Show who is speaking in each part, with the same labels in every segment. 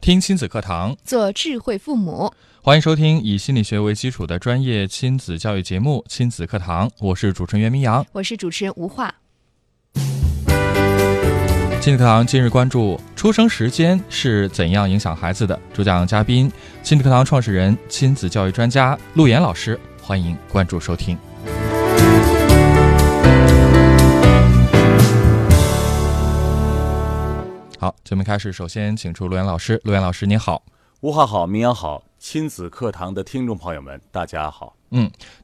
Speaker 1: 听亲子课堂，
Speaker 2: 做智慧父母。
Speaker 1: 欢迎收听以心理学为基础的专业亲子教育节目《亲子课堂》，我是主持人袁明阳。
Speaker 2: 我是主持人吴化。
Speaker 1: 亲子课堂今日关注：出生时间是怎样影响孩子的？主讲嘉宾：亲子课堂创始人、亲子教育专家陆岩老师。欢迎关注收听。好，节目开始，首先请出陆岩老师。陆岩老师，您好。
Speaker 3: 吴浩好，民谣好，亲子课堂的听众朋友们，大家好。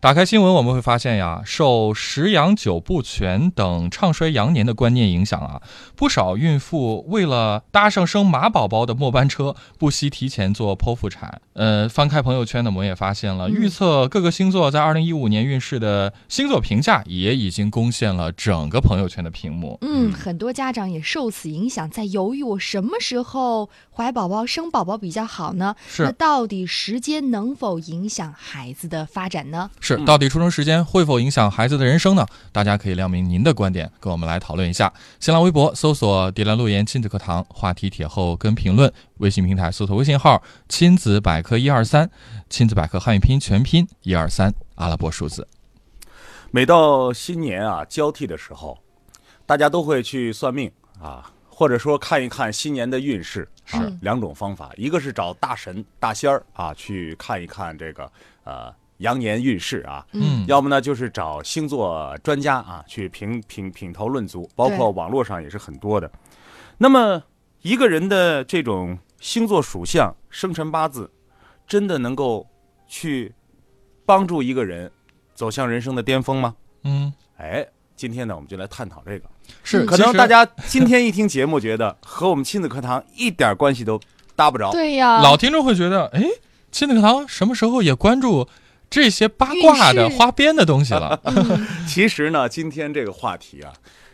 Speaker 1: 打开新闻，我们会发现呀，受十羊九不全等唱衰羊年的观念影响啊，不少孕妇为了搭上生马宝宝的末班车，不惜提前做剖腹产。呃，翻开朋友圈呢，我们也发现了，
Speaker 2: 嗯
Speaker 1: 预测各个星座在二零一五年运势的星座评价也已经攻陷了整个朋友圈的屏幕。
Speaker 2: 嗯，很多家长也受此影响，在犹豫我什么时候怀宝宝、生宝宝比较好呢？那
Speaker 1: 是
Speaker 2: 到底时间能否影响孩子的发展呢？
Speaker 3: 嗯
Speaker 1: 是，到底出生时间会否影响孩子的人生呢？大家可以亮明您的观点，跟我们来讨论一下。新浪微博搜索“迪兰路言亲子课堂”话题帖后跟评论，微信平台搜索微信号“亲子百科一二三”，亲子百科汉语拼音全拼一二三阿拉伯数字。
Speaker 3: 每到新年啊交替的时候，大家都会去算命啊，或者说看一看新年的运势。
Speaker 1: 是
Speaker 3: 啊，两种方法，一个是找大神大仙儿啊去看一看这个呃羊年运势啊，
Speaker 1: 嗯，
Speaker 3: 要么呢就是找星座专家啊去评评品头论足，包括网络上也是很多的。那么一个人的这种星座属相、生辰八字，真的能够去帮助一个人走向人生的巅峰吗？
Speaker 1: 嗯，
Speaker 3: 哎，今天呢我们就来探讨这个。
Speaker 1: 是，
Speaker 3: 可
Speaker 1: 其
Speaker 3: 能
Speaker 1: 实
Speaker 3: 大家今天一听节目，觉得和我们亲子课堂一点关系都搭不着。
Speaker 2: 对呀
Speaker 1: 老听众会觉得，哎，亲子课堂什么时候也关注这些八卦的
Speaker 2: 运势
Speaker 1: 花边的东西了？
Speaker 2: 嗯
Speaker 3: 其实呢，今天这个话题啊，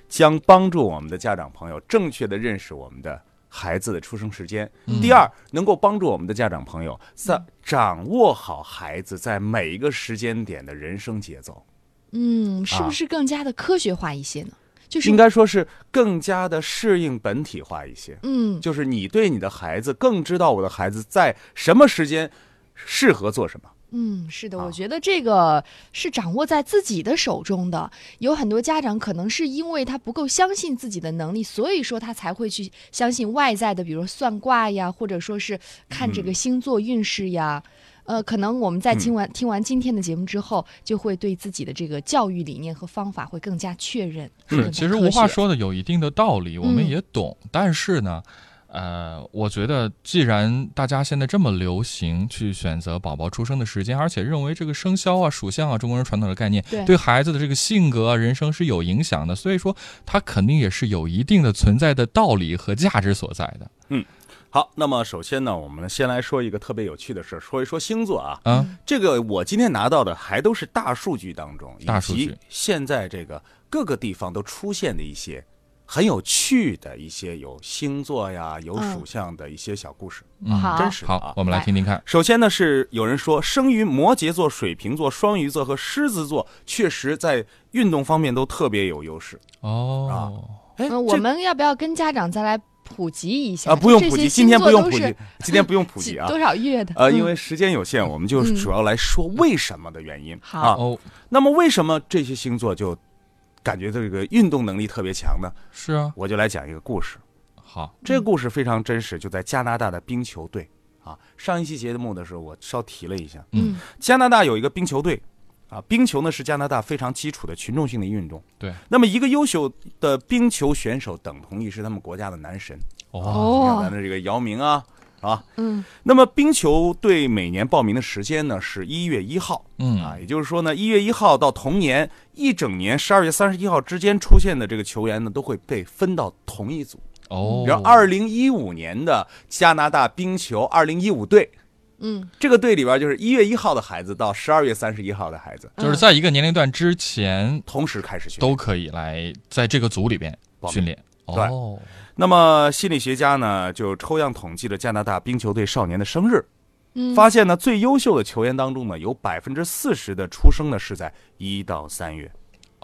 Speaker 3: 将帮助我们的家长朋友正确的认识我们的孩子的出生时间。
Speaker 1: 嗯
Speaker 3: 第二，能够帮助我们的家长朋友在掌握好孩子在每一个时间点的人生节奏，
Speaker 2: 嗯，是不
Speaker 3: 啊
Speaker 2: 是更加的科学化一些呢？就是
Speaker 3: 应该说是更加的适应本体化一些。
Speaker 2: 嗯，
Speaker 3: 就是你对你的孩子更知道我的孩子在什么时间适合做什么。
Speaker 2: 嗯，是的，我
Speaker 3: 啊
Speaker 2: 觉得这个是掌握在自己的手中的。有很多家长可能是因为他不够相信自己的能力，所以说他才会去相信外在的，比如算卦呀，或者说是看这
Speaker 3: 嗯
Speaker 2: 个星座运势呀。呃，可能我们在听完、听完今天的节目之后，就会对自己的这个教育理念和方法会更加确认。
Speaker 3: 嗯
Speaker 1: 是，
Speaker 2: 更
Speaker 1: 嗯其
Speaker 2: 加
Speaker 1: 实
Speaker 2: 科
Speaker 1: 无话
Speaker 2: 学。
Speaker 1: 说的有一定的道理，我们
Speaker 2: 嗯
Speaker 1: 也懂。但是呢，呃，我觉得既然大家现在这么流行去选择宝宝出生的时间，而且认为这个生肖啊、属相啊，中国人传统的概念
Speaker 2: 对
Speaker 1: 对孩子的这个性格啊、人生是有影响的，所以说它肯定也是有一定的存在的道理和价值所在的
Speaker 3: 好，那么首先呢，我们先来说一个特别有趣的事儿，说一说星座啊。
Speaker 1: 啊。
Speaker 3: 这个我今天拿到的还都是大数据当中，以
Speaker 1: 大数据
Speaker 3: 及现在这个各个地方都出现的一些很有趣的一些有星座呀、有
Speaker 2: 嗯
Speaker 3: 属相的一些小故事，
Speaker 1: 嗯
Speaker 2: 好
Speaker 3: 真实的
Speaker 1: 好
Speaker 3: 啊，。
Speaker 1: 我们来听听看。
Speaker 3: 首先呢，是有人说生于摩羯座、水瓶座、双鱼座和狮子座，确实在运动方面都特别有优势。
Speaker 1: 哦，
Speaker 3: 哎，
Speaker 2: 嗯，我
Speaker 3: 这
Speaker 2: 们要不要跟家长再来普及一下？
Speaker 3: 啊不用
Speaker 2: 这
Speaker 3: 普
Speaker 2: 些
Speaker 3: 及，
Speaker 2: 星
Speaker 3: 今天不
Speaker 2: 座
Speaker 3: 用
Speaker 2: 都
Speaker 3: 普
Speaker 2: 是
Speaker 3: 及，今天不用普
Speaker 2: 几
Speaker 3: 及 啊。
Speaker 2: 多少月的？
Speaker 3: 呃，因
Speaker 2: 嗯
Speaker 3: 为时间有限，我们就
Speaker 2: 嗯
Speaker 3: 主要来说为什么的原因。
Speaker 2: 好
Speaker 3: 啊，
Speaker 1: 哦，
Speaker 3: 那么为什么这些星座就感觉这个运动能力特别强呢？
Speaker 1: 是啊，
Speaker 3: 我就来讲一个故事。
Speaker 1: 好，
Speaker 3: 这个故事非常真实，就在加拿大的冰球队啊。上一期节目的时候，我稍提了一下，
Speaker 2: 嗯
Speaker 3: 加拿大有一个冰球队啊。冰球呢是加拿大非常基础的群众性的运动。
Speaker 1: 对。
Speaker 3: 那么一个优秀的冰球选手，等同于是他们国家的男神，
Speaker 1: 哦，
Speaker 3: 像
Speaker 2: 哦
Speaker 3: 咱，的这个姚明啊啊。
Speaker 2: 嗯
Speaker 3: 那么冰球队每年报名的时间呢是一月一号。啊，
Speaker 1: 嗯，
Speaker 3: 也就是说呢，一月一号到同年一整年十二月三十一号之间出现的这个球员呢，都会被分到同一组。
Speaker 1: 哦，
Speaker 2: 嗯
Speaker 3: 比如二零一五年的加拿大冰球二零一五队
Speaker 2: 嗯，
Speaker 3: 这个队里边就是一月一号的孩子到十二月三十一号的孩子，
Speaker 1: 就是在一个年龄段之前
Speaker 3: 同时开始训练。
Speaker 1: 都可以来在这个组里边训练。
Speaker 3: 对
Speaker 1: 哦，
Speaker 3: 那么心理学家呢，就抽样统计了加拿大冰球队少年的生日，
Speaker 2: 嗯
Speaker 3: 发现呢，最优秀的球员当中呢，有百分之四十的出生呢是在一到三月，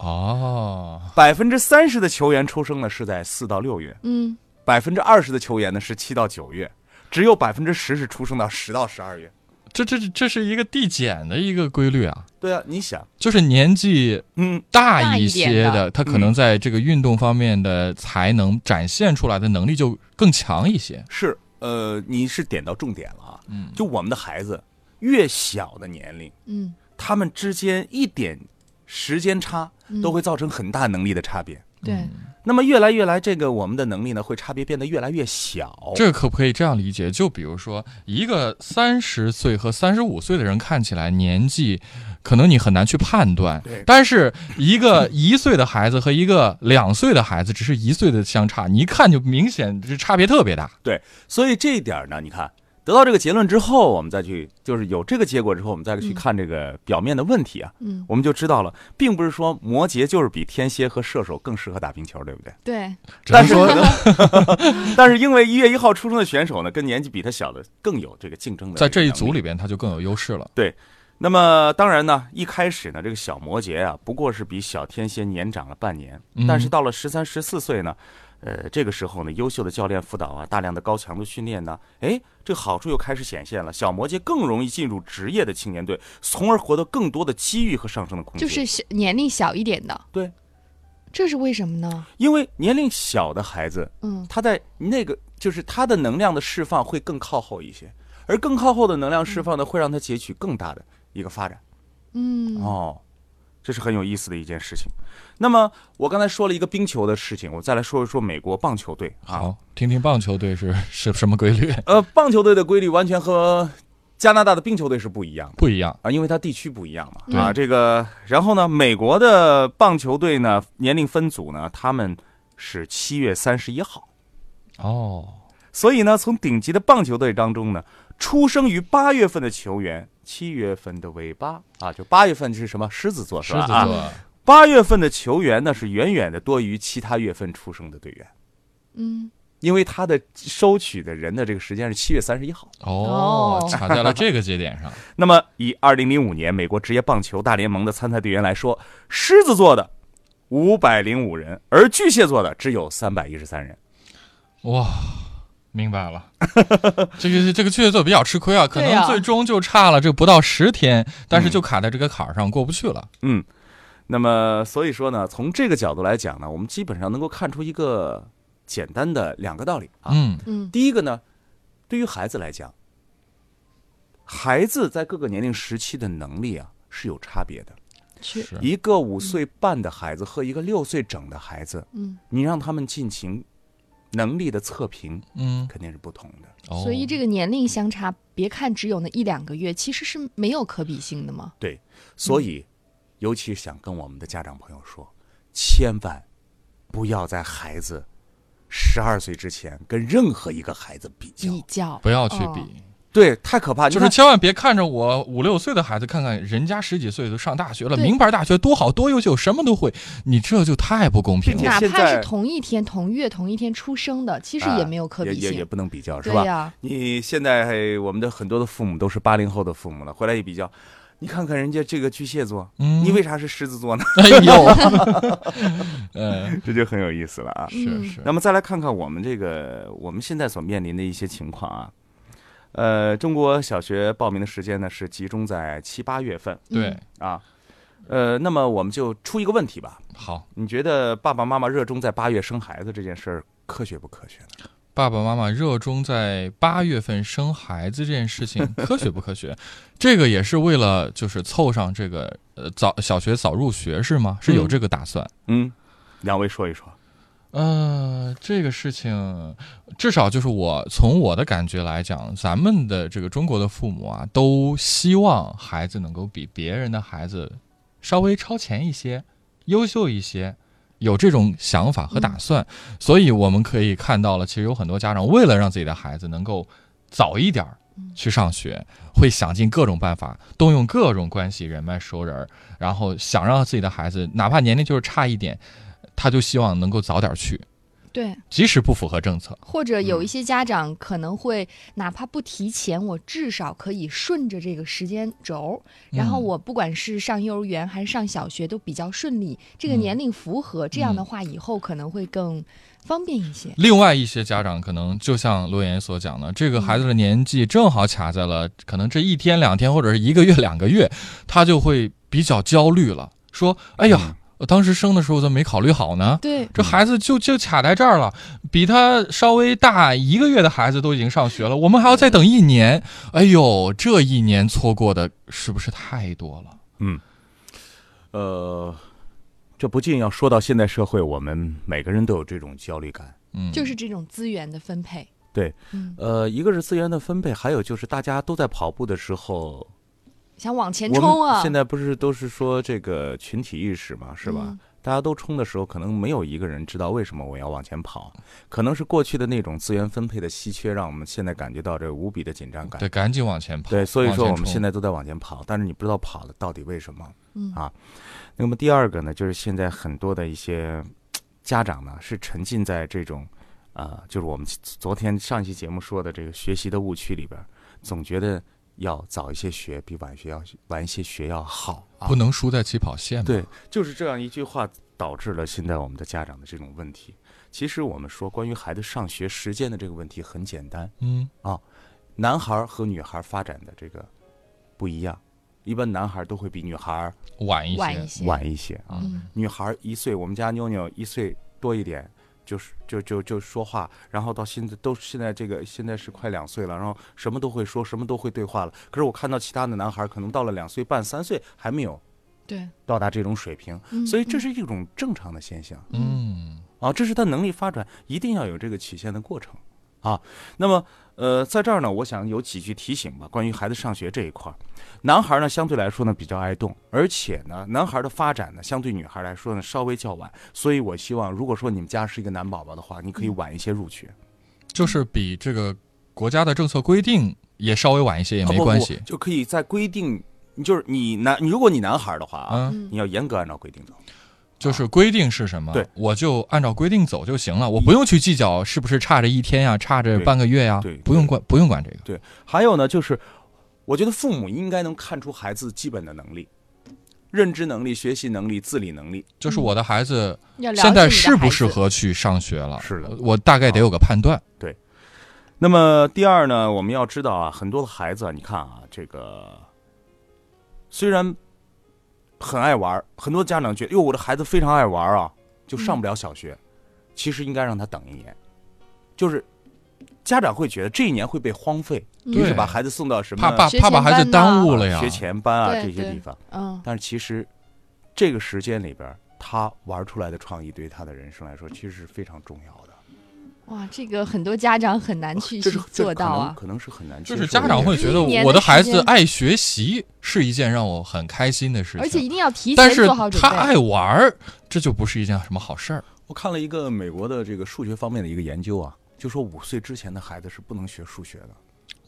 Speaker 1: 哦，
Speaker 3: 百分之三十的球员出生呢是在四到六月，
Speaker 2: 嗯
Speaker 3: 百分之二十的球员呢是七到九月，只有百分之十是出生到十到十二月。
Speaker 1: 这这这是一个递减的一个规律啊，
Speaker 3: 对啊，你想，
Speaker 1: 就是年纪
Speaker 3: 嗯，
Speaker 1: 大一些
Speaker 2: 大一点的
Speaker 1: 他可能在这个运动方面的才能展现出来的能力就更强一些。
Speaker 3: 是，呃，你是点到重点了啊。
Speaker 1: 嗯，
Speaker 3: 就我们的孩子，越小的年龄，
Speaker 2: 嗯，
Speaker 3: 他们之间一点时间差
Speaker 2: 嗯
Speaker 3: 都会造成很大能力的差别。
Speaker 2: 对，
Speaker 3: 嗯那么越来越来，这个我们的能力呢，会差别变得越来越小。
Speaker 1: 这个可不可以这样理解？就比如说，一个三十岁和三十五岁的人看起来年纪，可能你很难去判断
Speaker 3: 对。
Speaker 1: 但是一个一岁的孩子和一个两岁的孩子，只是一岁的相差，你一看就明显是差别特别大。
Speaker 3: 对，所以这一点呢，你看得到这个结论之后，我们再去就是有这个结果之后，我们再去看这个表面的问题啊，
Speaker 2: 嗯
Speaker 3: 我们就知道了，并不是说摩羯就是比天蝎和射手更适合打冰球，对不对？
Speaker 2: 对，
Speaker 1: 只
Speaker 3: 但
Speaker 1: 能
Speaker 3: 是
Speaker 1: 说
Speaker 3: 可能， 但是因为一月一号出生的选手呢，跟年纪比他小的更有这个竞争的，
Speaker 1: 在这一组里。边，他就更有优势了。
Speaker 3: 那么当然呢，一开始呢，这个小摩羯啊，不过是比小天蝎年长了半年，
Speaker 1: 嗯
Speaker 3: 但是到了十三、十四岁呢，呃，这个时候呢，优秀的教练辅导啊，大量的高强度训练呢，哎，这个好处又开始显现了，小摩羯更容易进入职业的青年队，从而获得更多的机遇和上升的空间。
Speaker 2: 就是小年龄小一点的，
Speaker 3: 对，
Speaker 2: 这是为什么呢？
Speaker 3: 因为年龄小的孩子，
Speaker 2: 嗯
Speaker 3: 他在那个就是他的能量的释放会更靠后一些，而更靠后的能量释放呢，会让他截取更大的一个发展。
Speaker 2: 嗯
Speaker 3: 哦，这是很有意思的一件事情。那么我刚才说了一个冰球的事情，我再来说一说美国棒球队啊。
Speaker 1: 好，听听棒球队是是什么规律？
Speaker 3: 呃，棒球队的规律完全和加拿大的冰球队是不一样的
Speaker 1: 不一样。
Speaker 3: 啊，因为它地区不一样嘛。
Speaker 2: 嗯对
Speaker 3: 啊，这个，然后呢，美国的棒球队呢，年龄分组呢，他们是七月三十一号。
Speaker 1: 哦，
Speaker 3: 所以呢，从顶级的棒球队当中呢，出生于八月份的球员，七月份的尾巴啊，就八月份是什么？狮子座是
Speaker 1: 狮
Speaker 3: 吧？
Speaker 1: 子
Speaker 3: 啊，
Speaker 1: 座，
Speaker 3: 八月份的球员呢是远远的多于其他月份出生的队员，
Speaker 2: 嗯，
Speaker 3: 因为他的收取的人的这个时间是七月三十一号。
Speaker 1: 哦
Speaker 2: 哦，
Speaker 1: 卡在了这个节点上。
Speaker 3: 那么，以二零零五年美国职业棒球大联盟的参赛队员来说，狮子座的五百零五人，而巨蟹座的只有三百一十三人。
Speaker 1: 哇，明白了， 这个这个巨蟹座比较吃亏啊，可
Speaker 2: 对
Speaker 1: 能
Speaker 2: 啊嗯
Speaker 1: 最终就差了这不到十天，但是就卡在这个坎儿上过不去了。
Speaker 3: 嗯，那么所以说呢，从这个角度来讲呢，我们基本上能够看出一个简单的两个道理啊。
Speaker 1: 嗯，
Speaker 2: 嗯
Speaker 3: 第一个呢，对于孩子来讲，孩子在各个年龄时期的能力啊是有差别的。
Speaker 2: 是
Speaker 1: 是
Speaker 3: 一个五岁半的孩子和一个六岁整的孩子，
Speaker 2: 嗯，
Speaker 3: 你让他们进行能力的测评，
Speaker 1: 嗯，
Speaker 3: 肯定是不同的。
Speaker 1: 哦
Speaker 2: 所以这个年龄相差，别看只有那一两个月，其实是没有可比性的嘛。
Speaker 3: 对，所以，尤其想跟我们的家长朋友说，千万不要在孩子十二岁之前跟任何一个孩子比较，
Speaker 2: 比较
Speaker 1: 不要去
Speaker 2: 哦
Speaker 1: 比，
Speaker 3: 对，太可啊怕。你
Speaker 1: 就
Speaker 3: 看
Speaker 1: 是千万别看着我五六岁的孩子，看看人家十几岁都上大学了，
Speaker 2: 对
Speaker 1: 名牌大学多好多优秀，什么都会，你这就太不公平
Speaker 3: 并且
Speaker 1: 了。
Speaker 2: 哪
Speaker 3: 现
Speaker 2: 怕
Speaker 3: 在
Speaker 2: 是同一天、同月、同一天出生的，其实也没有可比
Speaker 3: 啊也也也
Speaker 2: 性，
Speaker 3: 不能比较，是
Speaker 2: 对
Speaker 3: 吧？
Speaker 2: 呀，
Speaker 3: 你现在哎我们的很多的父母都是八零后的父母了，回来一比较，你看看人家这个巨蟹座，
Speaker 1: 嗯，
Speaker 3: 你为啥是狮子座呢？
Speaker 1: 哎呦， 嗯，
Speaker 3: 这就很有意思了啊。
Speaker 1: 是是，
Speaker 2: 嗯
Speaker 3: 那么再来看看我们这个我们现在所面临的一些情况啊。呃，中国小学报名的时间呢是集中在七八月份
Speaker 1: 对，
Speaker 3: 啊。呃，那么我们就出一个问题吧，
Speaker 1: 好，
Speaker 3: 你觉得爸爸妈妈热衷在八月生孩子这件事儿科学不科学呢？
Speaker 1: 爸爸妈妈热衷在八月份生孩子这件事情，科学不科学？这个也是为了就是凑上这个呃早小学早入学是吗？是有这个打算。
Speaker 3: 嗯，两位说一说。
Speaker 1: 呃，这个事情至少就是我从我的感觉来讲，咱们的这个中国的父母啊，都希望孩子能够比别人的孩子稍微超前一些，优秀一些。有这种想法和打算，所以我们可以看到了，其实有很多家长为了让自己的孩子能够早一点儿去上学，会想尽各种办法，动用各种关系、人脉、熟人儿，然后想让自己的孩子哪怕年龄就是差一点，他就希望能够早点去，
Speaker 2: 对，
Speaker 1: 即使不符合政策。
Speaker 2: 或者有一些家长可能会，哪怕不提前，我至少可以顺着这个时间轴，然后
Speaker 1: 嗯
Speaker 2: 我不管是上幼儿园还是上小学都比较顺利，这个
Speaker 1: 嗯
Speaker 2: 年龄符合，这样的话以后可能会更方便一些。
Speaker 1: 另外一些家长可能就像罗岩所讲的，这个孩子的年纪正好卡在了可能这一天两天或者是一个月 两个月，他就会比较焦虑了，说：“哎
Speaker 3: 嗯
Speaker 1: 呀，我当时生的时候怎么没考虑好呢？
Speaker 2: 对，
Speaker 1: 这孩子就就卡在这儿了，比他稍微大一个月的孩子都已经上学了，我们还要再等一年。哎呦，这一年错过的是不是太多了？
Speaker 3: 呃，这不禁要说到现代社会，我们每个人都有这种焦虑感。
Speaker 1: 嗯，
Speaker 2: 就是这种资源的分配。
Speaker 3: 对，
Speaker 2: 嗯，
Speaker 3: 呃，一个是资源的分配，还有就是大家都在跑步的时候，
Speaker 2: 想往前冲
Speaker 3: 我们
Speaker 2: 啊，
Speaker 3: 现在不是都是说这个群体意识嘛，是吧？
Speaker 2: 嗯
Speaker 3: 大家都冲的时候，可能没有一个人知道为什么我要往前跑，可能是过去的那种资源分配的稀缺，让我们现在感觉到这无比的紧张感。
Speaker 1: 得赶紧往前跑。
Speaker 3: 对，所以
Speaker 1: 往前
Speaker 3: 说我们
Speaker 1: 冲
Speaker 3: 现在都在往前跑，但是你不知道跑了到底为什么。
Speaker 2: 嗯
Speaker 3: 啊那么第二个呢，就是现在很多的一些家长呢，是沉浸在这种，呃，就是我们昨天上一期节目说的这个学习的误区里边儿，总觉得要早一些学比晚学要晚一些学要好啊
Speaker 1: 不。能输在起跑 线嘛。
Speaker 3: 对，就是这样一句话，导致了现在我们的家长的这种问题。其实我们说关于孩子上学时间的这个问题很简单，
Speaker 1: 嗯
Speaker 3: 男孩儿和女孩儿发展的这个不一样，一般男孩儿都会比女孩儿
Speaker 1: 晚一些，
Speaker 2: 晚一些，
Speaker 3: 晚一些啊。
Speaker 2: 嗯，
Speaker 3: 女孩儿一岁，我们家妞妞一岁多一点，就是就就就说话，然后到现在都现在这个现在是快两岁了，然后什么都会说，什么都会对话了。可是我看到其他的男孩儿，可能到了两岁半、三岁还没有
Speaker 2: 对，
Speaker 3: 到达这种水平，
Speaker 2: 嗯
Speaker 3: 所以这是一种正常的现象
Speaker 1: 嗯
Speaker 3: 啊，这是他能力发展一定要有这个曲线的过程啊。那么呃，在这儿呢，我想有几句提醒吧，关于孩子上学这一块儿。男孩呢，相对来说呢比较爱动，而且呢，男孩的发展呢，相对女孩来说呢稍微较晚。所以我希望，如果说你们家是一个男宝宝的话，你可以晚一些入学，
Speaker 1: 就是比这个国家的政策规定也稍微晚一些也
Speaker 3: 啊
Speaker 1: 嗯没
Speaker 3: 不
Speaker 1: 关
Speaker 3: 不
Speaker 1: 系。
Speaker 3: 就可以在规定，就是你男，你如果你男孩的话啊，
Speaker 1: 嗯，
Speaker 2: 嗯
Speaker 3: 你要严格按照规定走。
Speaker 1: 就是规定是什么，
Speaker 3: 对
Speaker 1: 我就按照规定走就行了，我不用去计较是不是差着一天呀、差着
Speaker 3: 对
Speaker 1: 半个月呀、
Speaker 3: 对
Speaker 1: 不用管，不用管这个。
Speaker 3: 还有呢，就是我觉得父母应该能看出孩子基本的能力，认知能力、学习能力、自理能力。
Speaker 1: 就是我的孩子
Speaker 3: 嗯
Speaker 2: 要了解
Speaker 1: 现在
Speaker 2: 你的
Speaker 1: 适
Speaker 2: 孩
Speaker 1: 不适
Speaker 2: 子？
Speaker 1: 合去上学了，
Speaker 3: 是的
Speaker 1: 我大概得有个判断。
Speaker 3: 那么第二呢，我们要知道啊，很多的孩子啊，你看啊，这个虽然很爱玩儿，很多家长觉得哟，我的孩子非常爱玩儿啊，就上不了小学。其实应该让他等一年，就是家长会觉得这一年会被荒废，
Speaker 2: 嗯
Speaker 3: 于是
Speaker 1: 对
Speaker 3: 把孩子送到什么
Speaker 1: 怕怕
Speaker 2: 学前
Speaker 1: 怕把孩子
Speaker 2: 班呐
Speaker 1: 耽误了呀，
Speaker 3: 啊学前班啊
Speaker 2: 对
Speaker 3: 这些
Speaker 2: 对
Speaker 3: 地方。
Speaker 2: 嗯，
Speaker 3: 但是其实这个时间里边儿，他玩出来的创意对他的人生来说，其实是非常重要的。
Speaker 2: 哇，这个很多家长很难去
Speaker 3: 啊这是这
Speaker 2: 做
Speaker 3: 可
Speaker 2: 到
Speaker 3: 能
Speaker 2: 啊。
Speaker 3: 可能是很难接
Speaker 1: 就
Speaker 3: 受的
Speaker 1: 是
Speaker 3: 一件事。
Speaker 1: 家长会觉得
Speaker 2: 一年的
Speaker 1: 我的孩
Speaker 2: 时
Speaker 1: 子
Speaker 2: 间
Speaker 1: 爱学习是一件让我很开心的事
Speaker 2: 而且
Speaker 1: 情，
Speaker 2: 一定要提前
Speaker 1: 但是
Speaker 2: 做好准备。
Speaker 1: 他爱玩儿，这就不是一件什么好事儿。
Speaker 3: 我看了一个美国的这个数学方面的一个研究啊，就说五岁之前的孩子是不能学数学的，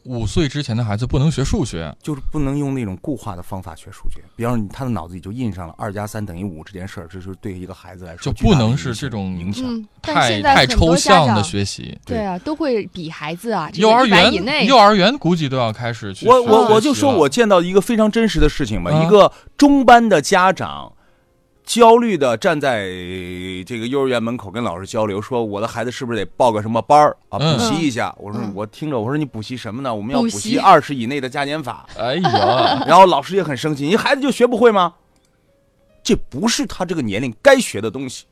Speaker 1: 五岁之前的孩子不能学数学，
Speaker 3: 就是不能用那种固化的方法学数学。比方说，他的脑子里就印上了二加三等于五这件事儿，这就是对一个孩子来说
Speaker 1: 就
Speaker 3: 巨大
Speaker 1: 不
Speaker 3: 的
Speaker 1: 能
Speaker 3: 影
Speaker 1: 是
Speaker 3: 响
Speaker 1: 这种
Speaker 3: 影响。
Speaker 2: 嗯，但
Speaker 1: 太
Speaker 2: 现在
Speaker 1: 太
Speaker 2: 很
Speaker 1: 抽
Speaker 2: 多家
Speaker 1: 象的
Speaker 2: 长
Speaker 1: 学习。
Speaker 3: 对
Speaker 2: 对啊，都会比孩子啊，
Speaker 1: 幼儿
Speaker 2: 以内
Speaker 1: 园，幼儿园估计都要开始去上
Speaker 3: 我
Speaker 1: 学习了。
Speaker 3: 我我就说我见到一个非常真实的事情吧，
Speaker 1: 啊
Speaker 3: 一个中班的家长。焦虑的站在这个幼儿园门口跟老师交流，说我的孩子是不是得报个什么班儿啊，
Speaker 1: 嗯
Speaker 3: 补习一下？我说
Speaker 2: 嗯
Speaker 3: 我听着，我说你补习什么呢？我们要补
Speaker 2: 补
Speaker 3: 习
Speaker 2: 习
Speaker 3: 二十以内的加减 法。
Speaker 1: 哎呀，
Speaker 3: 然后老师也很生气，你孩子就学不会吗？这不是他这个年龄该学的东西，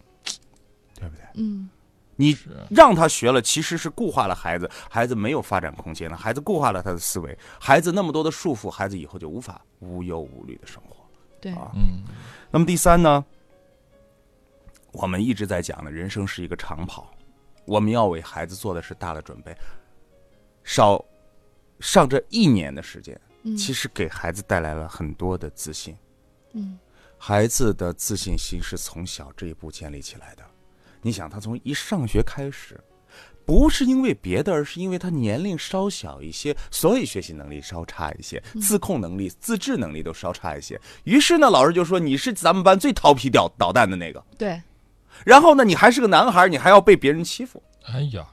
Speaker 3: 对不对？
Speaker 2: 嗯，
Speaker 3: 你
Speaker 1: 是
Speaker 3: 让他学了，其实是固化了孩子，孩子没有发展空间了，孩子固化了他的思维，孩子那么多的束缚，孩子以后就无法无忧无虑的生活。
Speaker 2: 对，
Speaker 3: 啊
Speaker 1: 嗯，
Speaker 3: 那么第三呢，我们一直在讲的人生是一个长跑，我们要为孩子做的是大的准备，少上这一年的时间，
Speaker 2: 嗯
Speaker 3: 其实给孩子带来了很多的自信。
Speaker 2: 嗯，
Speaker 3: 孩子的自信心是从小这一步建立起来的。你想，他从一上学开始，不是因为别的，而是因为他年龄稍小一些，所以学习能力稍差一些，自控能力、自制能力都稍差一些。于是呢，老师就说你是咱们班最调皮捣捣蛋的那个。
Speaker 2: 对，
Speaker 3: 然后呢，你还是个男孩，你还要被别人欺负，
Speaker 1: 哎呀，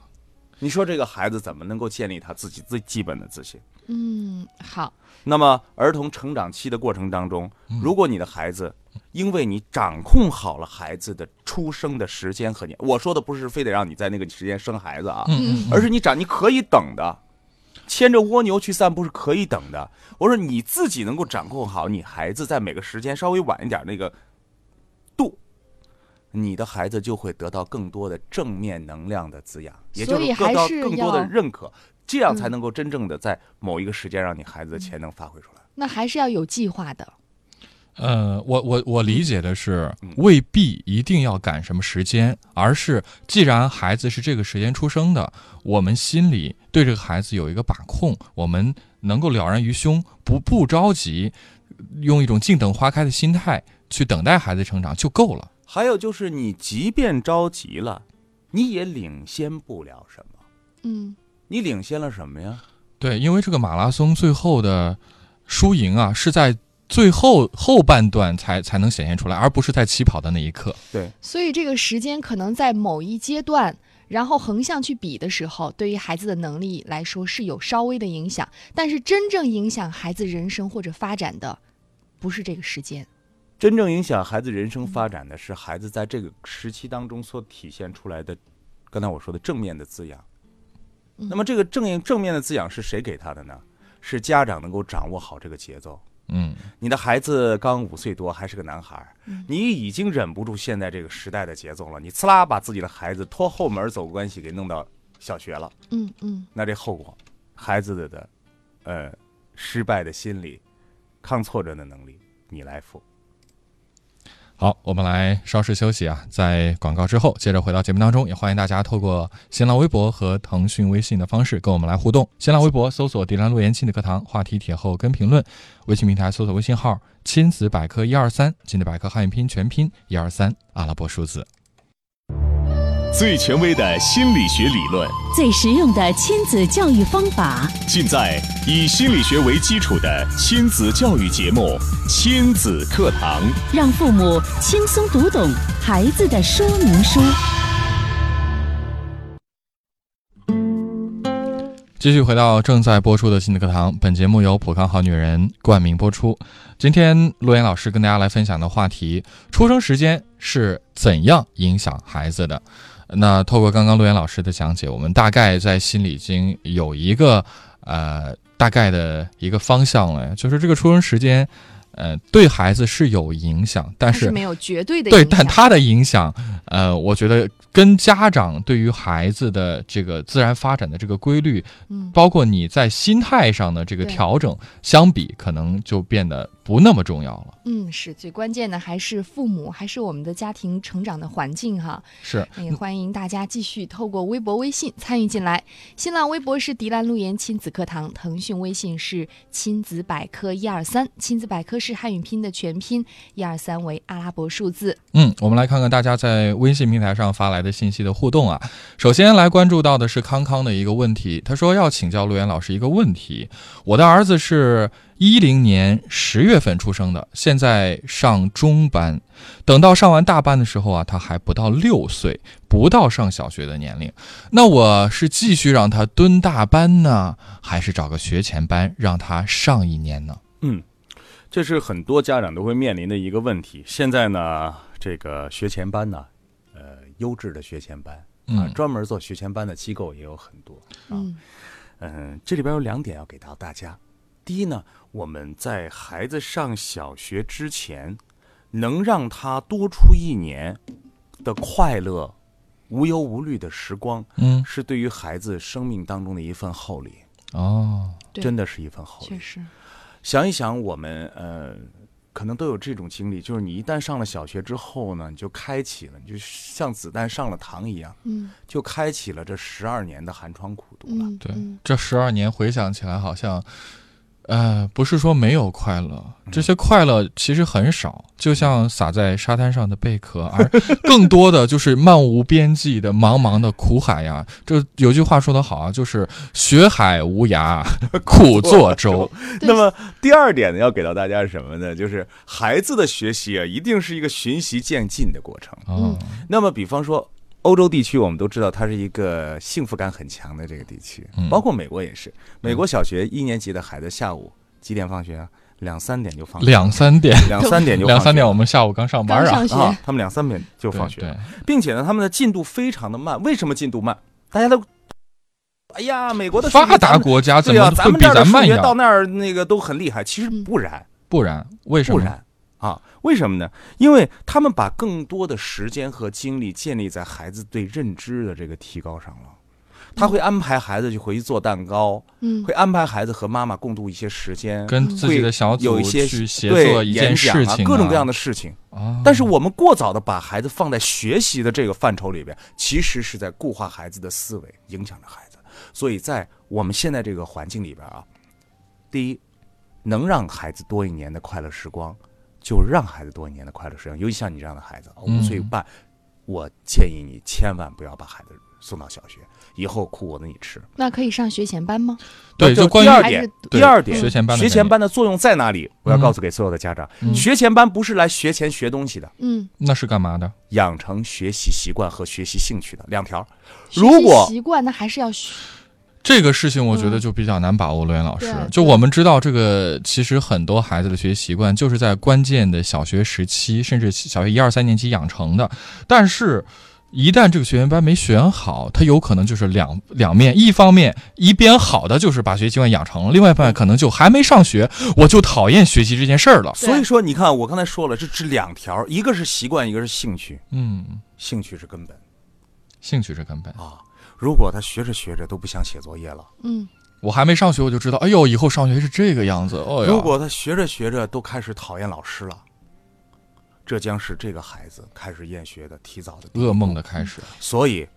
Speaker 3: 你说这个孩子怎么能够建立他自己最基本的自信？
Speaker 2: 嗯，好，
Speaker 3: 那么，儿童成长期的过程当中，如果你的孩子因为你掌控好了孩子的出生的时间和年，我说的不是非得让你在那个时间生孩子啊，
Speaker 1: 嗯
Speaker 3: 而是你长你可以等的，牵着蜗牛去散步是可以等的。我说你自己能够掌控好你孩子在每个时间稍微晚一点那个度，你的孩子就会得到更多的正面能量的滋养，也就
Speaker 2: 所以
Speaker 3: 是
Speaker 2: 还
Speaker 3: 得到
Speaker 2: 是
Speaker 3: 更多的
Speaker 2: 要
Speaker 3: 认可，这样才
Speaker 2: 嗯
Speaker 3: 能够真正的在某一个时间让你孩子的潜能发挥出来。
Speaker 2: 那还是要有计划的。
Speaker 1: 呃，我我我理解的是
Speaker 3: 嗯，
Speaker 1: 未必一定要赶什么时间，而是既然孩子是这个时间出生的，我们心里对这个孩子有一个把控，我们能够了然于胸，不不着急，用一种静等花开的心态去等待孩子成长就够了。
Speaker 3: 还有就是，你即便着急了，你也领先不了什么。
Speaker 2: 嗯，
Speaker 3: 你领先了什么呀？
Speaker 1: 对，因为这个马拉松最后的输赢啊，是在最后后半段才才能显现出来，而不是在起跑的那一刻。
Speaker 2: 所以这个时间可能在某一阶段，然后横向去比的时候，对于孩子的能力来说是有稍微的影响，但是真正影响孩子人生或者发展的，不是这个时间。
Speaker 3: 真正影响孩子人生发展的是孩子在这个时期当中所体现出来的，刚才我说的正面的滋养。那么这个正正面的滋养是谁给他的呢？是家长能够掌握好这个节奏。
Speaker 1: 嗯，
Speaker 3: 你的孩子刚五岁多，还是个男孩儿，你已经忍不住现在这个时代的节奏了，你呲啦把自己的孩子拖后门走关系给弄到小学了。
Speaker 2: 嗯嗯
Speaker 3: 那这后果，孩子的的，呃，失败的心理，抗挫折的能力，你来负。
Speaker 1: 好，我们来稍事休息啊，在广告之后接着回到节目当中，也欢迎大家透过新浪微博和腾讯微信的方式跟我们来互动。新浪微博搜索“迪兰路言亲子课堂”，话题帖后跟评论；微信平台搜索微信号“亲子百科一二三”，亲子百科汉语拼音全拼一二三阿拉伯数字。
Speaker 4: 最权威的心理学理论，
Speaker 5: 最实用的亲子教育方法，
Speaker 4: 尽在以心理学为基础的亲子教育节目《亲子课堂》。
Speaker 5: 让父母轻松读懂孩子的说明书。
Speaker 1: 继续回到正在播出的亲子课堂，本节目由普康好女人冠名播出。今天陆岩老师跟大家来分享的话题：出生时间是怎样影响孩子的？那透过刚刚陆岩老师的讲解，我们大概在心里已经有一个呃大概的一个方向了，就是这个出生时间，呃，对孩子是有影响，但
Speaker 2: 但
Speaker 1: 是
Speaker 2: 没有绝对的
Speaker 1: 对，
Speaker 2: 影响
Speaker 1: 但它的影响，呃，我觉得跟家长对于孩子的这个自然发展的这个规律，
Speaker 2: 嗯
Speaker 1: 包括你在心态上的这个
Speaker 2: 对
Speaker 1: 调整相比，可能就变得不那么重要了。
Speaker 2: 嗯是最关键的，还是父母，还是我们的家庭成长的环境哈。
Speaker 1: 是，
Speaker 2: 也欢迎大家继续透过微博、微信参与进来。新浪微博是迪兰路言亲子课堂，腾讯微信是亲子百科一二三，亲子百科是汉语拼的全拼，一二三为阿拉伯数字。
Speaker 1: 嗯，我们来看看大家在微信平台上发来的信息的互动啊。首先来关注到的是康康的一个问题，他说要请教陆岩老师一个问题：我的儿子是一零年十月份出生的，现在上中班，等到上完大班的时候啊，他还不到六岁，不到上小学的年龄。那我是继续让他蹲大班呢，还是找个学前班让他上一年呢？
Speaker 3: 这是很多家长都会面临的一个问题。现在呢，这个学前班呢，呃，优质的学前班啊
Speaker 1: 嗯，
Speaker 3: 专门做学前班的机构也有很多。啊
Speaker 2: 嗯
Speaker 3: 嗯，这里边有两点要给到大家。第一呢，我们在孩子上小学之前，能让他多出一年的快乐、无忧无虑的时光，
Speaker 1: 嗯，
Speaker 3: 是对于孩子生命当中的一份厚礼，
Speaker 1: 哦，
Speaker 2: 对
Speaker 3: 真的是一份厚礼
Speaker 2: 确。实，
Speaker 3: 想一想，我们呃，可能都有这种经历，就是你一旦上了小学之后呢，你就开启了，你就像子弹上了膛一样，
Speaker 2: 嗯
Speaker 3: 就开启了这十二年的寒窗苦读了。
Speaker 2: 嗯，
Speaker 1: 对
Speaker 2: 嗯，
Speaker 1: 这十二年回想起来好像，呃，不是说没有快乐，
Speaker 3: 嗯
Speaker 1: 这些快乐其实很少，就像撒在沙滩上的贝壳，而更多的就是漫无边际的茫茫的苦海呀。这有句话说得好啊，就是“学海无涯苦作舟
Speaker 2: 对
Speaker 3: 那么第二点呢，要给到大家是什么呢？就是孩子的学习啊，一定是一个循序渐进的过程”。
Speaker 1: 啊
Speaker 2: 嗯。
Speaker 3: 那么，比方说欧洲地区，我们都知道它是一个幸福感很强的这个地区
Speaker 1: 嗯，
Speaker 3: 包括美国也是。美国小学一年级的孩子下午几点放学啊？两三点就放学，
Speaker 1: 两三点，
Speaker 3: 两三啊点就放学
Speaker 1: 两三点，我们下午刚上班
Speaker 2: 刚
Speaker 1: 啊
Speaker 2: 上，学，
Speaker 3: 啊，他们两三点就
Speaker 1: 就
Speaker 3: 放学，
Speaker 1: 对，
Speaker 3: 并且呢，他们的进度非常的慢。为什么进度慢？大家都，哎呀，美国的数学
Speaker 1: 发达
Speaker 3: 咱们
Speaker 1: 国家怎
Speaker 3: 对呀、啊
Speaker 1: 么
Speaker 3: 咱
Speaker 1: 会
Speaker 3: 们
Speaker 1: 比
Speaker 3: 这儿的
Speaker 1: 咱
Speaker 3: 数
Speaker 1: 慢
Speaker 3: 学
Speaker 1: 呀
Speaker 3: 到？那儿那个都很厉害，其实不然。
Speaker 1: 不然为什
Speaker 3: 不
Speaker 1: 么？
Speaker 3: 然啊，为什么呢？因为他们把更多的时间和精力建立在孩子对认知的这个提高上了。他会安排孩子去回去做蛋糕，
Speaker 2: 嗯
Speaker 3: 会安排孩子和妈妈共度一些时间，
Speaker 1: 跟自己的小
Speaker 3: 有
Speaker 1: 组
Speaker 3: 一些
Speaker 1: 去协作
Speaker 3: 对
Speaker 1: 一
Speaker 3: 演
Speaker 1: 件
Speaker 3: 讲
Speaker 1: 事
Speaker 3: 啊
Speaker 1: 情，
Speaker 3: 各种各样的事情。
Speaker 1: 啊。
Speaker 3: 但是我们过早的把孩子放在学习的这个范畴里边，其实是在固化孩子的思维，影响着孩子。所以在我们现在这个环境里边啊，第一，能让孩子多一年的快乐时光，就让孩子多一年的快乐时光。尤其像你这样的孩子，
Speaker 1: 嗯
Speaker 3: 五岁半，我建议你千万不要把孩子送到小学，以后苦我的你吃。
Speaker 2: 那可以上学前班吗？
Speaker 1: 对，
Speaker 3: 呃就
Speaker 1: 就关于
Speaker 3: 第二
Speaker 2: 还
Speaker 3: 点
Speaker 2: 是
Speaker 1: 对
Speaker 3: 第二点，
Speaker 1: 学前班的
Speaker 3: 学前
Speaker 1: 概念
Speaker 3: 班的作用在哪里？我要告诉给所有的家长，
Speaker 1: 嗯
Speaker 3: 学前班不是来学前学东西的。
Speaker 2: 嗯，
Speaker 1: 那是干嘛的？
Speaker 3: 养成学习习惯和学习兴趣的两条。
Speaker 2: 学
Speaker 3: 如
Speaker 2: 习
Speaker 3: 果
Speaker 2: 习惯那还是要学，
Speaker 1: 这个事情我觉得
Speaker 2: 嗯
Speaker 1: 就比较难把握了，罗源老师
Speaker 2: 对。
Speaker 1: 就我们知道，这个其实很多孩子的学习习惯就是在关键的小学时期，甚至小学一二三年级养成的。但是，一旦这个学前班没选好，他有可能就是两两面，一方面一边好的就是把学习习惯养成了，另外一方面可能就还没上学，我就讨厌学习这件事儿了。
Speaker 2: 对
Speaker 3: 所以说，你看我刚才说了，这是两条，一个是习惯，一个是兴趣，
Speaker 1: 嗯，
Speaker 3: 兴趣是根本
Speaker 1: 兴趣是根本。
Speaker 3: 啊。如果他学着学着都不想写作业了，
Speaker 2: 嗯，
Speaker 1: 我还没上学我就知道，哎呦，以后上学是这个样子。哦
Speaker 3: 如
Speaker 1: 哟，
Speaker 3: 果他学着学着都开始讨厌老师了，这将是这个孩子开始厌学的提早的
Speaker 1: 噩梦的开始。
Speaker 3: 所以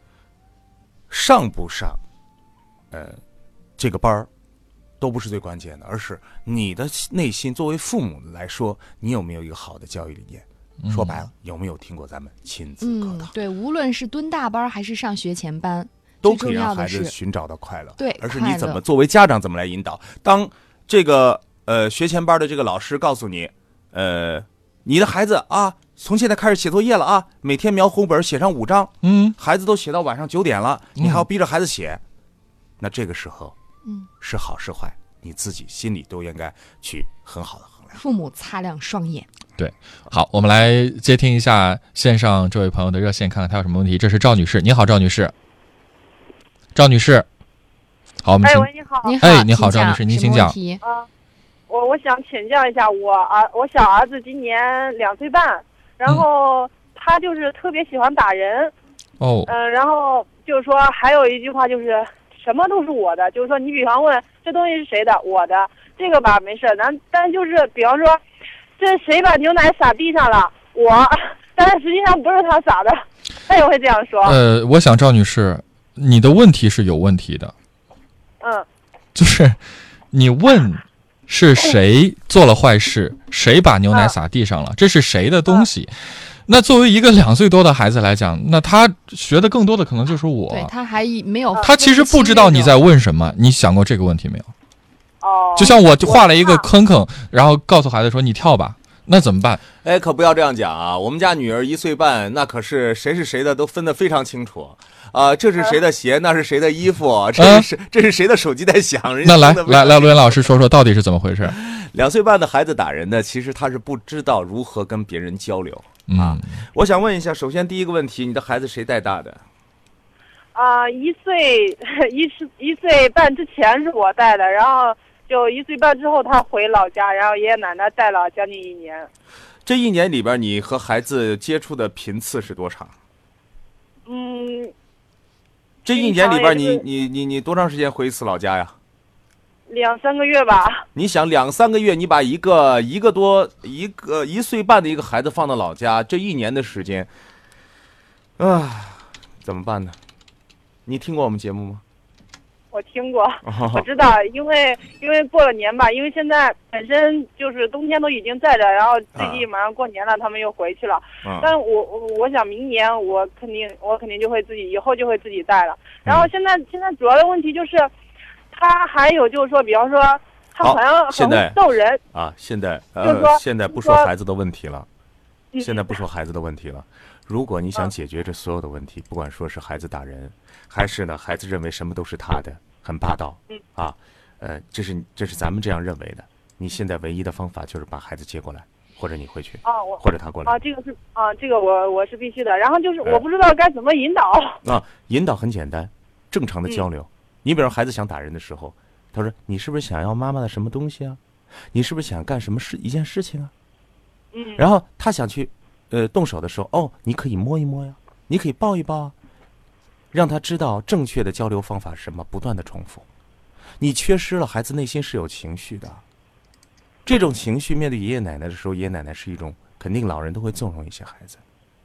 Speaker 3: 上不上，呃，这个班儿都不是最关键的，而是你的内心作为父母来说，你有没有一个好的教育理念？说白了，有没有听过咱们亲子课
Speaker 2: 嗯
Speaker 3: 堂，，
Speaker 2: 对，无论是蹲大班儿还是上学前班，
Speaker 3: 都
Speaker 2: 最
Speaker 3: 可
Speaker 2: 重
Speaker 3: 以
Speaker 2: 要
Speaker 3: 让孩
Speaker 2: 的
Speaker 3: 子
Speaker 2: 是，
Speaker 3: 寻找到快乐。
Speaker 2: 对
Speaker 3: 而是
Speaker 2: 快
Speaker 3: 你
Speaker 2: 乐
Speaker 3: 怎么作为家长怎么来引导？当这个呃学前班的这个老师告诉你，呃，你的孩子啊，从现在开始写作业了啊，每天描红本儿写上五张，
Speaker 1: 嗯，
Speaker 3: 孩子都写到晚上九点了，
Speaker 1: 嗯
Speaker 3: 你还要逼着孩子写，那这个时候，
Speaker 2: 嗯，
Speaker 3: 是好是坏，你自己心里都应该去很好的衡量。
Speaker 2: 父母擦亮双眼。
Speaker 1: 好，我们来接听一下线上这位朋友的热线，看看他有什么问题。这是赵女士，你好，赵女士。赵女士，好，我们
Speaker 6: 哎
Speaker 1: 请。
Speaker 6: 喂，你好。
Speaker 2: 你好，
Speaker 1: 哎你好
Speaker 2: 请
Speaker 1: 张
Speaker 2: 讲
Speaker 1: 女士您
Speaker 2: 什
Speaker 1: 请
Speaker 2: 么
Speaker 1: 讲
Speaker 2: 问题
Speaker 6: 啊，我我想请教一下我儿，我小儿子今年两岁半，然后他就是特别喜欢打人，
Speaker 1: 哦，
Speaker 6: 嗯、然后就是说还有一句话就是什么都是我的，就是说你比方问这东西是谁的，我的这个吧没事儿，咱但就是比方说这谁把牛奶洒地上了，我， 但是实际上不是他洒的，他也会这样说，
Speaker 1: 呃，我想赵女士，你的问题是有问题的，
Speaker 6: 嗯，
Speaker 1: 就是你问是谁做了坏事，谁把牛奶洒地上了，这是谁的东西？那作为一个两岁多的孩子来讲，那他学的更多的可能就是我。
Speaker 2: 对，他还以没有
Speaker 1: 他其实不知道你在问什么，你想过这个问题没有？
Speaker 6: 哦，
Speaker 1: 就像我就画了一个
Speaker 2: 哦
Speaker 1: 坑坑，然后告诉孩子说你跳吧，那怎么办？
Speaker 3: 哎，可不要这样讲啊！我们家女儿一岁半，那可是谁是谁的都分得非常清楚。啊、这是谁的鞋，那是谁的衣服，这是谁、这是谁的手机在响。人家
Speaker 1: 嗯那来
Speaker 3: 分得非
Speaker 1: 来
Speaker 3: 常
Speaker 1: 来，罗源老师说说到底是怎么回事？
Speaker 3: 两岁半的孩子打人呢，其实他是不知道如何跟别人交流。啊
Speaker 1: 嗯，
Speaker 3: 我想问一下，首先第一个问题，你的孩子谁带大的？
Speaker 6: 啊、一岁 一是一岁半之前是我带的，然后就一岁半之后他回老家，然后爷爷奶奶带了将近一年。
Speaker 3: 这一年里边，你和孩子接触的频次是多长？
Speaker 6: 嗯，
Speaker 3: 这一
Speaker 6: 平
Speaker 3: 年
Speaker 6: 常
Speaker 3: 里边儿
Speaker 6: 也
Speaker 3: 你，
Speaker 6: 就是
Speaker 3: 你你你多长时间回一次老家呀？
Speaker 6: 两三个月吧。
Speaker 3: 你想两三个月，你把一个一个多一个一岁半的一个孩子放到老家，这一年的时间，啊，怎么办呢？你听过我们节目吗？
Speaker 6: 我听过，我知道，因为因为过了年吧，因为现在本身就是冬天都已经在这，然后最近马上过年了，他们又回去了。
Speaker 3: 啊
Speaker 6: 但我我我想明年我肯定我肯定就会自己以后就会自己带了。然
Speaker 3: 嗯
Speaker 6: 后现在现在主要的问题就是，他还有就是说，比方说他
Speaker 3: 好
Speaker 6: 好像
Speaker 3: 现
Speaker 6: 很
Speaker 3: 在
Speaker 6: 会揍人，
Speaker 3: 啊！现在
Speaker 6: 就是
Speaker 3: 呃
Speaker 6: 说，
Speaker 3: 现在不
Speaker 6: 就是
Speaker 3: 说
Speaker 6: 说
Speaker 3: 孩子的问题了，
Speaker 6: 嗯
Speaker 3: 现在不说孩子的问题了。如果你想解决这所有的问题，不管说是孩子打人，还是呢孩子认为什么都是他的，很霸道
Speaker 6: 嗯，
Speaker 3: 啊，呃，这是这是咱们这样认为的。你现在唯一的方法就是把孩子接过来，或者你回去，
Speaker 6: 啊我
Speaker 3: 或者他过来
Speaker 6: 啊这个是啊这个我我是必须的。然后就是
Speaker 3: 哎
Speaker 6: 我不知道该怎么引导。
Speaker 3: 啊。引导很简单，正常的
Speaker 6: 嗯
Speaker 3: 交流。你比如孩子想打人的时候，他说：“你是不是想要妈妈的什么东西啊？你是不是想干什么事一件事情啊？”
Speaker 6: 嗯
Speaker 3: 然后他想去，呃，动手的时候，哦，你可以摸一摸呀，你可以抱一抱啊，让他知道正确的交流方法是什么，不断的重复。你缺失了，孩子内心是有情绪的。这种情绪面对爷爷奶奶的时候，爷爷奶奶是一种肯定老人都会纵容一些孩子，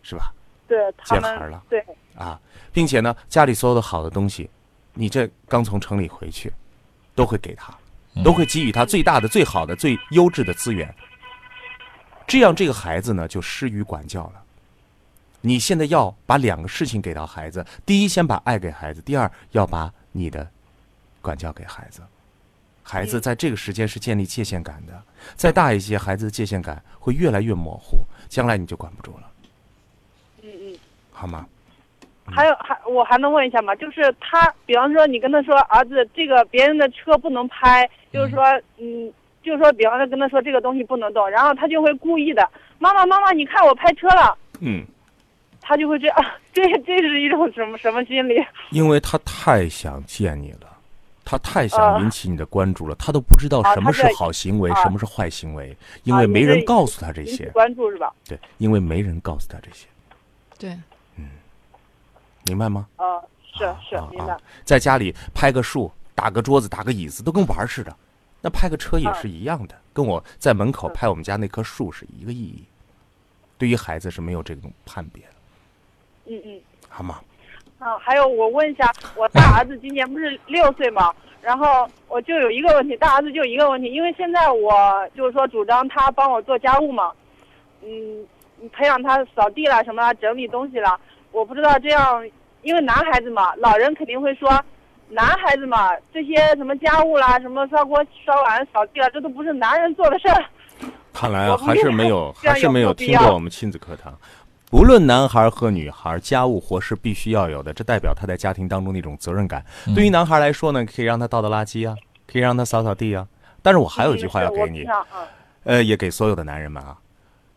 Speaker 3: 是吧？
Speaker 6: 对他
Speaker 3: 接孩儿
Speaker 6: 们
Speaker 3: 了
Speaker 6: 对
Speaker 3: 啊，并且呢，家里所有的好的东西，你这刚从城里回去，都会给他，都会给予他最大的、最好的、最优质的资源。这样，这个孩子呢就失于管教了。你现在要把两个事情给到孩子：第一，先把爱给孩子；第二，要把你的管教给孩子。孩
Speaker 6: 嗯
Speaker 3: 子在这个时间是建立界限感的，再大一些，孩子的界限感会越来越模糊，将来你就管不住了，
Speaker 6: 嗯嗯。
Speaker 3: 好吗？嗯
Speaker 6: 还有还我还能问一下吗？就是他，比方说你跟他说儿子，这个别人的车不能拍，就是说嗯，就是说比方说跟他说这个东西不能动，然后他就会故意的，妈妈妈妈，你看我拍车了，
Speaker 3: 嗯。
Speaker 6: 他就会这样，这这是一种什么什么心理？
Speaker 3: 因为他太想见你了，他太
Speaker 6: 啊
Speaker 3: 想引起你的关注了，他都不知道
Speaker 6: 啊
Speaker 3: 什么
Speaker 6: 他
Speaker 3: 是
Speaker 6: 这
Speaker 3: 好行为，
Speaker 6: 啊
Speaker 3: 什么是坏行为，因为
Speaker 6: 也
Speaker 3: 没
Speaker 6: 是
Speaker 3: 人告诉他这
Speaker 6: 引起
Speaker 3: 些。
Speaker 6: 关注是吧？
Speaker 3: 对，因为没人告诉他这些，
Speaker 1: 呃
Speaker 2: 对，
Speaker 3: 明白吗？
Speaker 6: 呃，是是
Speaker 3: 啊，
Speaker 6: 明白
Speaker 3: 啊。，在家里拍个树、打个桌子、打个椅子，都跟玩儿似的。那拍个车也
Speaker 6: 啊
Speaker 3: 是一样的，跟我在门
Speaker 6: 嗯
Speaker 3: 口拍我们家那棵树是一个意义。对于孩子是没有这种判别的，
Speaker 6: 嗯嗯。
Speaker 3: 好吗？
Speaker 6: 啊，还有我问一下，我大儿子今年不是六岁嘛，然后我就有一个问题，大儿子就有一个问题，因为现在我就是说主张他帮我做家务嘛，嗯，培养他扫地啦什么啦，整理东西啦，我不知道这样，因为男孩子嘛，老人肯定会说，男孩子嘛，这些什么家务啦，什么刷锅、刷碗、扫地啦，这都不是男人做的事儿。
Speaker 3: 看来啊，
Speaker 6: 我不
Speaker 3: 还是没有，还是没有听过我们亲子课堂。不论男孩和女孩，家务活是必须要有的，这代表他在家庭当中的一种责任感。对于男孩来说呢，可以让他倒倒垃圾啊，可以让他扫扫地啊。但是我还有一句话要给
Speaker 6: 我
Speaker 3: 你
Speaker 6: 知，道嗯
Speaker 3: 呃，也给所有的男人们啊，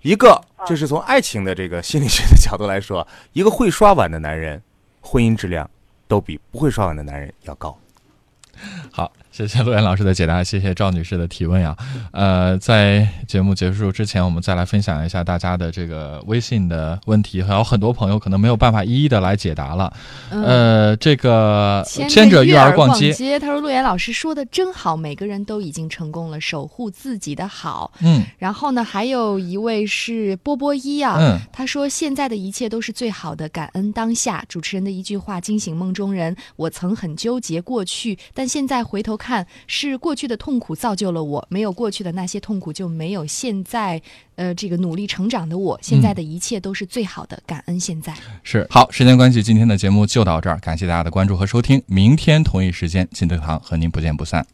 Speaker 3: 一个就是从爱情的这个心理学的角度来说，一个会刷碗的男人，婚姻质量都比不会刷碗的男人要高。
Speaker 1: 好，谢谢陆岩老师的解答，谢谢赵女士的提问呀、呃，在节目结束之前，我们再来分享一下大家的这个微信的问题，还有很多朋友可能没有办法一一的来解答了。
Speaker 2: 嗯，
Speaker 1: 呃，这个
Speaker 2: 牵
Speaker 1: 着
Speaker 2: 月
Speaker 1: 儿
Speaker 2: 儿
Speaker 1: 逛
Speaker 2: 街，他说陆岩老师说的真好，每个人都已经成功了，守护自己的好。
Speaker 1: 嗯
Speaker 2: 然后呢，还有一位是波波一啊，
Speaker 1: 嗯，
Speaker 2: 他说：“现在的一切都是最好的，感恩当下。”主持人的一句话惊醒梦中人。我曾很纠结过去，但现在回头看，是过去的痛苦造就了我。没有过去的那些痛苦，就没有现在，呃，这个努力成长的我。现
Speaker 1: 嗯
Speaker 2: 在的一切都是最好的，感恩现在。
Speaker 1: 是好，时间关系，今天的节目就到这儿，感谢大家的关注和收听，明天同一时间，亲子课堂和您不见不散。